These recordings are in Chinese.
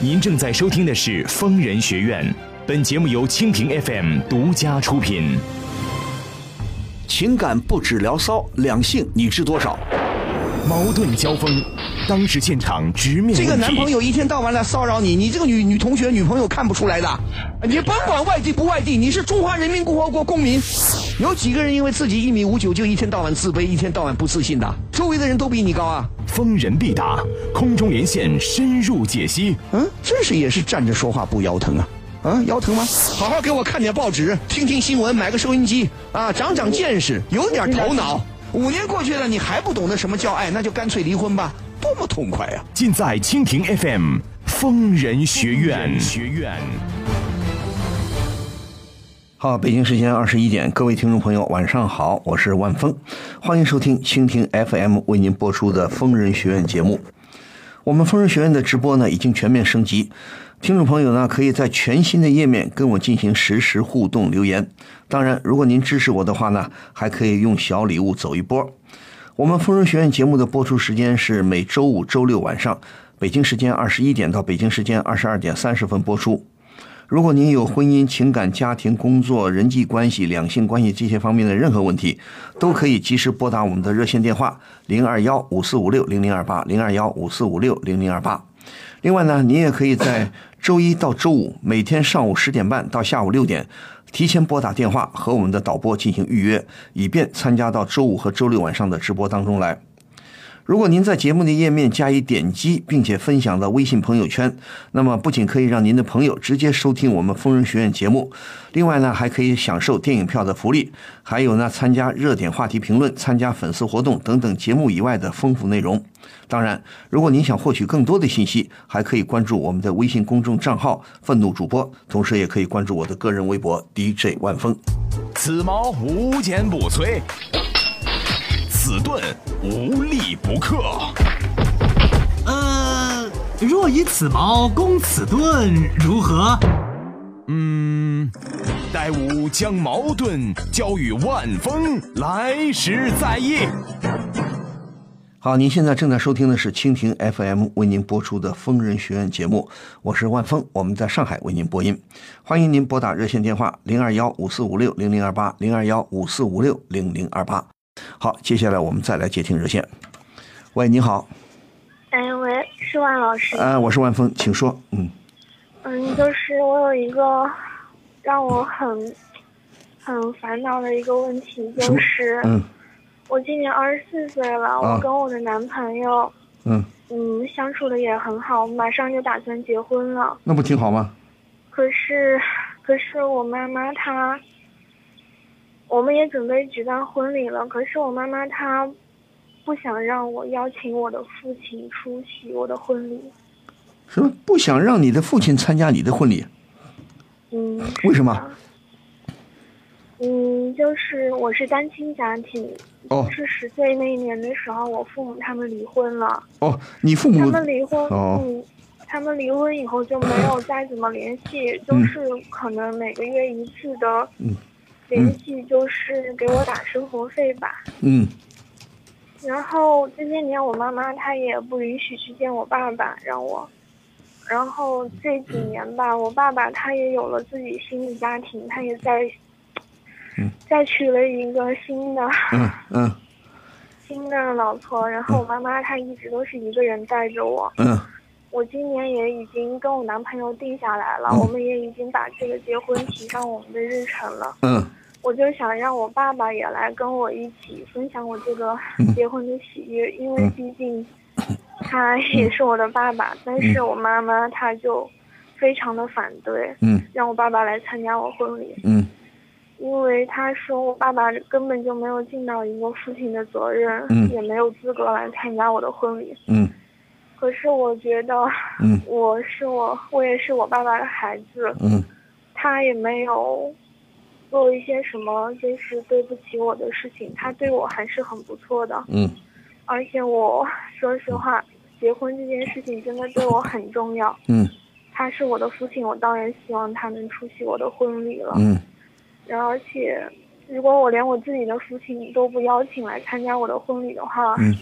您正在收听的是《疯人学院》，本节目由蜻蜓 FM 独家出品。情感不止聊骚，两性你知多少？矛盾交锋，当时现场直面这个问题男朋友一天到晚来骚扰你，你这个女女同学、女朋友看不出来的。你甭管外地不外地，你是中华人民共和国公民。有几个人因为自己一米五九就一天到晚自卑，一天到晚不自信的？周围的人都比你高啊！疯人必答，空中连线深入解析。嗯，真是也是站着说话不腰疼啊！啊，腰疼吗？好好给我看点报纸，听听新闻，买个收音机啊，长长见识，有点头脑。五年过去了，你还不懂得什么叫爱，那就干脆离婚吧，多么痛快啊呀、尽在蜻蜓 FM《疯人学院》。学院，好，北京时间二十一点，各位听众朋友，晚上好，我是万峰，欢迎收听蜻蜓 FM 为您播出的《疯人学院》节目。我们疯人学院的直播呢已经全面升级，听众朋友呢可以在全新的页面跟我进行实时互动留言。当然，如果您支持我的话呢，还可以用小礼物走一波。我们丰润学院节目的播出时间是每周五、周六晚上，北京时间二十一点到北京时间二十二点三十分播出。如果您有婚姻、情感、家庭、工作、人际关系、两性关系这些方面的任何问题，都可以及时拨打我们的热线电话零二幺五四五六零零二八零二幺五四五六零零二八。另外呢，您也可以在周一到周五每天上午十点半到下午六点，提前拨打电话和我们的导播进行预约，以便参加到周五和周六晚上的直播当中来。如果您在节目的页面加以点击，并且分享到微信朋友圈，那么不仅可以让您的朋友直接收听我们疯人学院节目，另外呢还可以享受电影票的福利，还有呢参加热点话题评论、参加粉丝活动等等节目以外的丰富内容。当然，如果您想获取更多的信息，还可以关注我们的微信公众账号“愤怒主播”，同时也可以关注我的个人微博 DJ 万峰。此矛无坚不摧，此盾无力不克。呃，若以此矛攻此盾，如何？嗯待吾将矛盾交与万峰，来时再议。好，您现在正在收听的是蜻蜓 FM 为您播出的《疯人学院》节目，我是万峰，我们在上海为您播音。欢迎您拨打热线电话零二幺五四五六零零二八零二幺五四五六零零二八。好，接下来我们再来接听热线。喂，你好，哎，喂，是万老师。呃，我是万峰，请说。嗯，嗯，就是我有一个让我很很烦恼的一个问题，什就么是嗯我今年二十四岁了，啊我跟我的男朋友嗯，嗯相处的也很好，马上就打算结婚了。那不挺好吗？可是，可是我妈妈她，我们也准备举办婚礼了，可是我妈妈她不想让我邀请我的父亲出席我的婚礼。什么不想让你的父亲参加你的婚礼？嗯，为什么？嗯，就是我是单亲家庭，哦是十岁那一年的时候，我父母他们离婚了，哦，你父他母们离婚，哦嗯，他们离婚以后就没有再怎么联系，嗯就是可能每个月一次的联系，就是给我打生活费吧。嗯然后这些年我妈妈她也不允许去见我爸爸，让我。然后这几年吧，我爸爸他也有了自己新的家庭，他也在，再娶了一个新的嗯嗯新的老婆。然后我妈妈她一直都是一个人带着我。嗯我今年也已经跟我男朋友定下来了，嗯我们也已经把这个结婚提上我们的日程了。嗯我就想让我爸爸也来跟我一起分享我这个嗯结婚的喜悦，因为毕竟他嗯也是我的爸爸。但是我妈妈她就非常的反对，嗯让我爸爸来参加我婚礼，嗯因为她说我爸爸根本就没有尽到一个父亲的责任，嗯也没有资格来参加我的婚礼。嗯可是我觉得嗯我是我，我也是我爸爸的孩子，嗯他也没有做一些什么就是对不起我的事情，他对我还是很不错的。嗯而且我说实话，结婚这件事情真的对我很重要。嗯他是我的父亲，我当然希望他能出席我的婚礼了。嗯然后，而且如果我连我自己的父亲都不邀请来参加我的婚礼的话，嗯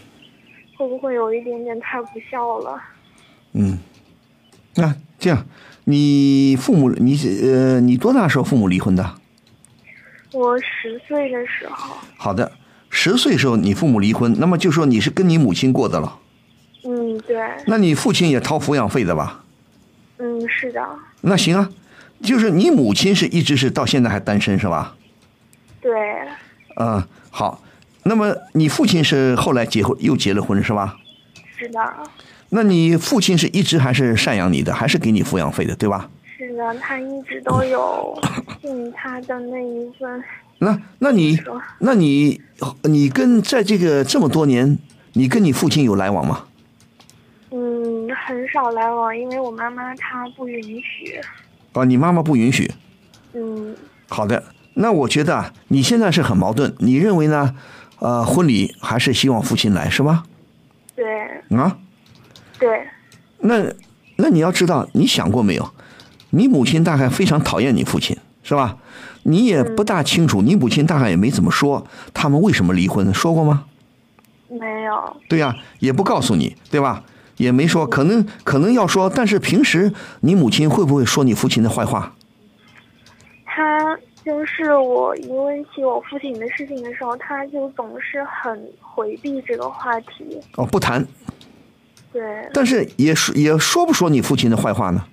会不会有一点点太不孝了？嗯，那这样，你父母，你呃，你多大时候父母离婚的？我十岁的时候，好的，十岁时候你父母离婚，那么就说你是跟你母亲过的了，嗯，对，那你父亲也掏抚养费的吧？嗯，是的，那行啊，就是你母亲是一直是到现在还单身是吧？对，嗯，好，那么你父亲是后来结婚又结了婚是吧？是的，那你父亲是一直还是赡养你的，还是给你抚养费的，对吧？是的，他一直都有尽他的那一份，那那你是那你你跟在这个这么多年，你跟你父亲有来往吗？嗯，很少来往，因为我妈妈她不允许，啊，你妈妈不允许。嗯，好的，那我觉得啊，你现在是很矛盾。你认为呢？呃，婚礼还是希望父亲来是吧？对啊，对，那那你要知道，你想过没有？你母亲大概非常讨厌你父亲，是吧？你也不大清楚，你母亲大概也没怎么说他们为什么离婚，说过吗？没有，对呀、也不告诉你，对吧？也没说，可能可能要说，但是平时你母亲会不会说你父亲的坏话？他就是我一问起我父亲的事情的时候，他就总是很回避这个话题。哦，不谈，对，但是也说也说不说你父亲的坏话呢？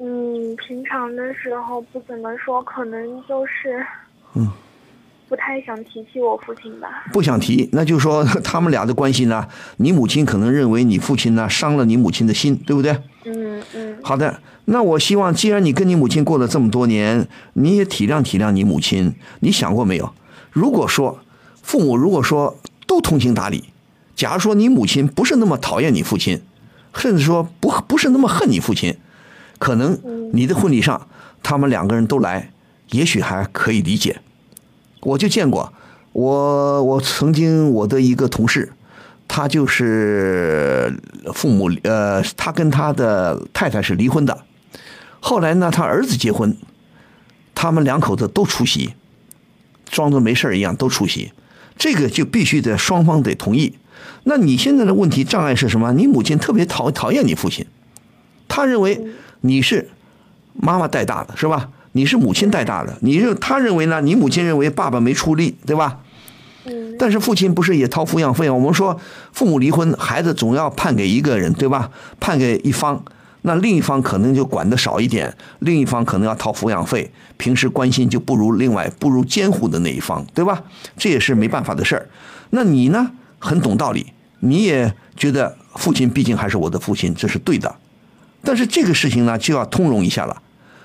嗯，平常的时候不怎么说，可能就是，嗯，不太想提起我父亲吧。不想提，那就说 他们俩的关系呢，你母亲可能认为你父亲呢伤了你母亲的心，对不对？嗯嗯好的，那我希望，既然你跟你母亲过了这么多年，你也体谅体谅你母亲。你想过没有？如果说父母如果说都通情达理，假如说你母亲不是那么讨厌你父亲，甚至说不不是那么恨你父亲，可能你的婚礼上他们两个人都来，也许还可以理解。我就见过，我我曾经我的一个同事，他就是父母呃，他跟他的太太是离婚的，后来呢，他儿子结婚，他们两口子都出席，装作没事儿一样都出席，这个就必须得双方得同意。那你现在的问题障碍是什么？你母亲特别讨讨厌你父亲，他认为你是妈妈带大的，是吧？你是母亲带大的，你认他认为呢？你母亲认为爸爸没出力，对吧？嗯，但是父亲不是也掏抚养费啊？我们说父母离婚，孩子总要判给一个人，对吧？判给一方，那另一方可能就管得少一点，另一方可能要掏抚养费，平时关心就不如另外不如监护的那一方，对吧？这也是没办法的事儿。那你呢？很懂道理，你也觉得父亲毕竟还是我的父亲，这是对的。但是这个事情呢，就要通融一下了。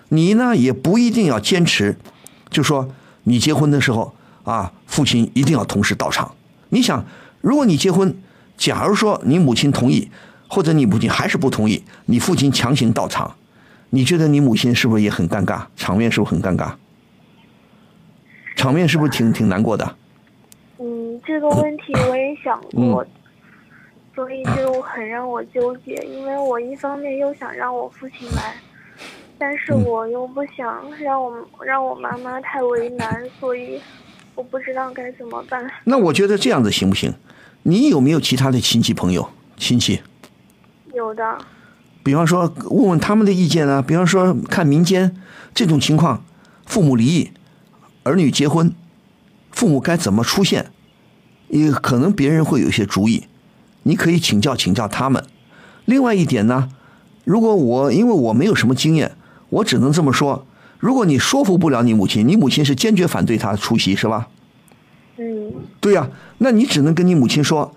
你呢，也不一定要坚持，就说你结婚的时候啊，父亲一定要同时到场。你想，如果你结婚，假如说你母亲同意，或者你母亲还是不同意，你父亲强行到场，你觉得你母亲是不是也很尴尬？场面是不是很尴尬？场面是不是挺挺难过的？嗯，这个问题我也想过，所以就很让我纠结，因为我一方面又想让我父亲来，但是我又不想让我让我妈妈太为难，所以我不知道该怎么办。那我觉得这样子行不行？你有没有其他的亲戚朋友、亲戚？有的，比方说问问他们的意见啊，比方说看民间这种情况，父母离异，儿女结婚，父母该怎么出现，也可能别人会有一些主意，你可以请教请教他们。另外一点呢，如果我因为我没有什么经验，我只能这么说：如果你说服不了你母亲，你母亲是坚决反对她出席，是吧？嗯对呀、那你只能跟你母亲说，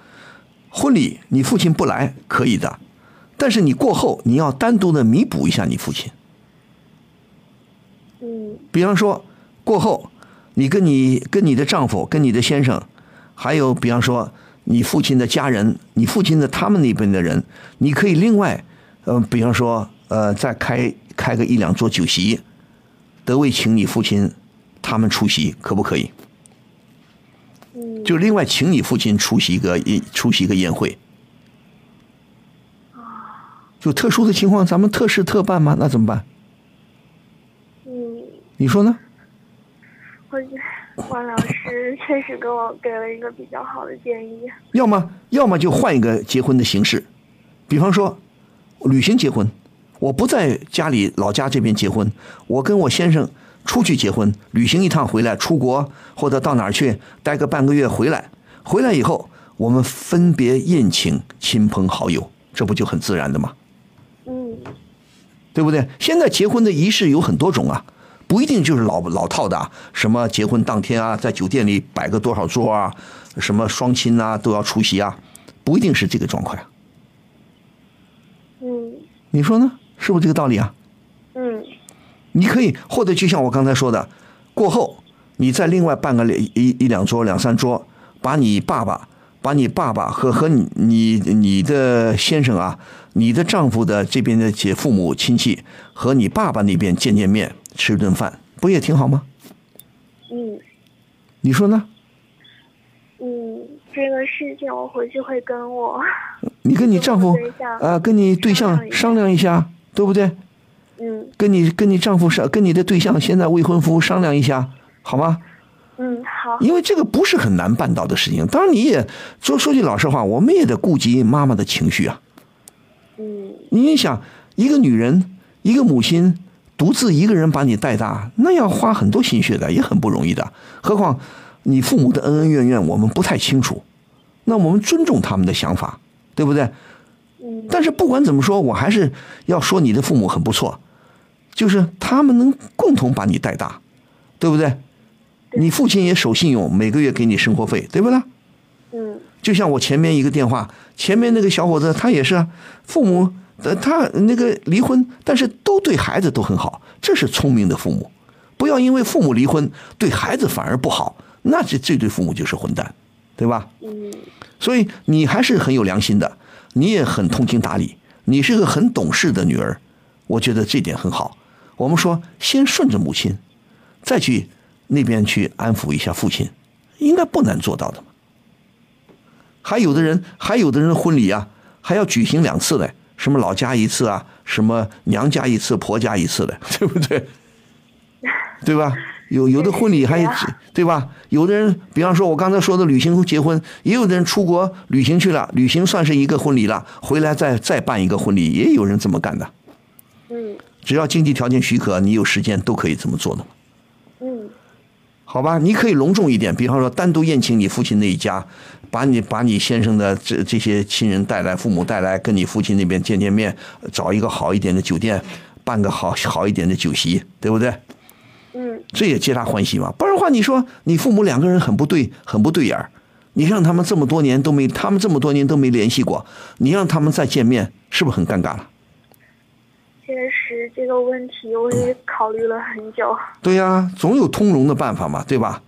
婚礼你父亲不来可以的，但是你过后你要单独的弥补一下你父亲。嗯比方说，过后你跟你跟你的丈夫、跟你的先生，还有比方说你父亲的家人、你父亲的他们那边的人，你可以另外，呃，比方说，呃，再开开个一两桌酒席，得为请你父亲他们出席，可不可以？嗯，就另外请你父亲出席一个一出席一个宴会。有特殊的情况，咱们特事特办吗？那怎么办？嗯。你说呢？我觉得王老师确实给我给了一个比较好的建议。要么要么就换一个结婚的形式，比方说旅行结婚，我不在家里老家这边结婚，我跟我先生出去结婚，旅行一趟回来，出国或者到哪儿去待个半个月回来，回来以后我们分别宴请亲朋好友，这不就很自然的吗？嗯，对不对？现在结婚的仪式有很多种啊，不一定就是老老套的、啊，什么结婚当天啊，在酒店里摆个多少桌啊，什么双亲啊都要出席啊，不一定是这个状况啊。嗯你说呢？是不是这个道理啊？嗯你可以或者就像我刚才说的，过后你再另外办个两一一一两桌两三桌，把你爸爸、把你爸爸和和你你你的先生啊，你的丈夫的这边的姐父母亲戚和你爸爸那边见见面，吃顿饭，不也挺好吗？嗯你说呢？嗯，这个事情我回去会跟我，你跟你丈夫跟我对象啊、跟你对象商商量一下，对不对？嗯跟你跟你丈夫商，跟你的对象现在未婚夫商量一下，好吗？嗯好，因为这个不是很难办到的事情。当然，你也说说句老实话，我们也得顾及妈妈的情绪啊。嗯你想，一个女人，一个母亲，独自一个人把你带大，那要花很多心血的，也很不容易的。何况你父母的恩恩怨怨，我们不太清楚。那我们尊重他们的想法，对不对？嗯但是不管怎么说，我还是要说你的父母很不错，就是他们能共同把你带大，对不对？你父亲也守信用，每个月给你生活费，对不对？嗯就像我前面一个电话，前面那个小伙子他也是啊，父母呃他那个离婚，但是都对孩子都很好，这是聪明的父母。不要因为父母离婚对孩子反而不好，那这这对父母就是混蛋，对吧？嗯所以你还是很有良心的，你也很通情达理，你是个很懂事的女儿，我觉得这点很好。我们说先顺着母亲，再去那边去安抚一下父亲，应该不难做到的嘛。还有的人，还有的人婚礼啊，还要举行两次嘞，什么老家一次啊，什么娘家一次，婆家一次嘞， 对不对？对吧？有有的婚礼还对啊对吧？有的人，比方说我刚才说的旅行结婚，也有的人出国旅行去了，旅行算是一个婚礼了，回来再再办一个婚礼，也有人这么干的。嗯只要经济条件许可，你有时间都可以这么做的。嗯好吧，你可以隆重一点，比方说单独宴请你父亲那一家，把你把你先生的这这些亲人带来，父母带来，跟你父亲那边见见面，找一个好一点的酒店，办个好好一点的酒席，对不对？嗯这也皆大欢喜嘛。不然的话，你说你父母两个人很不对，很不对眼儿。你让他们这么多年都没，他们这么多年都没联系过，你让他们再见面，是不是很尴尬了？确实这个问题我也考虑了很久，对呀、总有通融的办法嘛，对吧？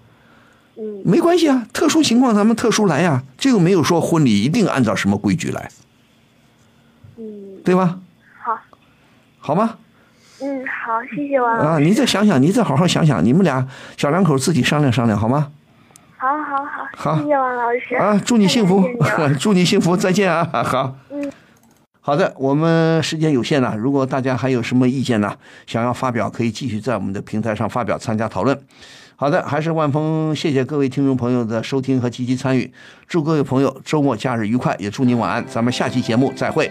嗯没关系啊，特殊情况咱们特殊来呀、这个没有说婚礼一定按照什么规矩来，嗯对吧？好，好吗？嗯好，谢谢王啊，老你师，再想想，你再好好想想，你们俩小两口自己商量商量，好吗？好好好，好谢谢王老师啊，祝你太幸感福，谢你了 祝你幸福，再见啊，好。嗯。好的，我们时间有限了，如果大家还有什么意见呢，想要发表，可以继续在我们的平台上发表，参加讨论。好的，还是万峰，谢谢各位听众朋友的收听和积极参与，祝各位朋友周末假日愉快，也祝您晚安，咱们下期节目再会。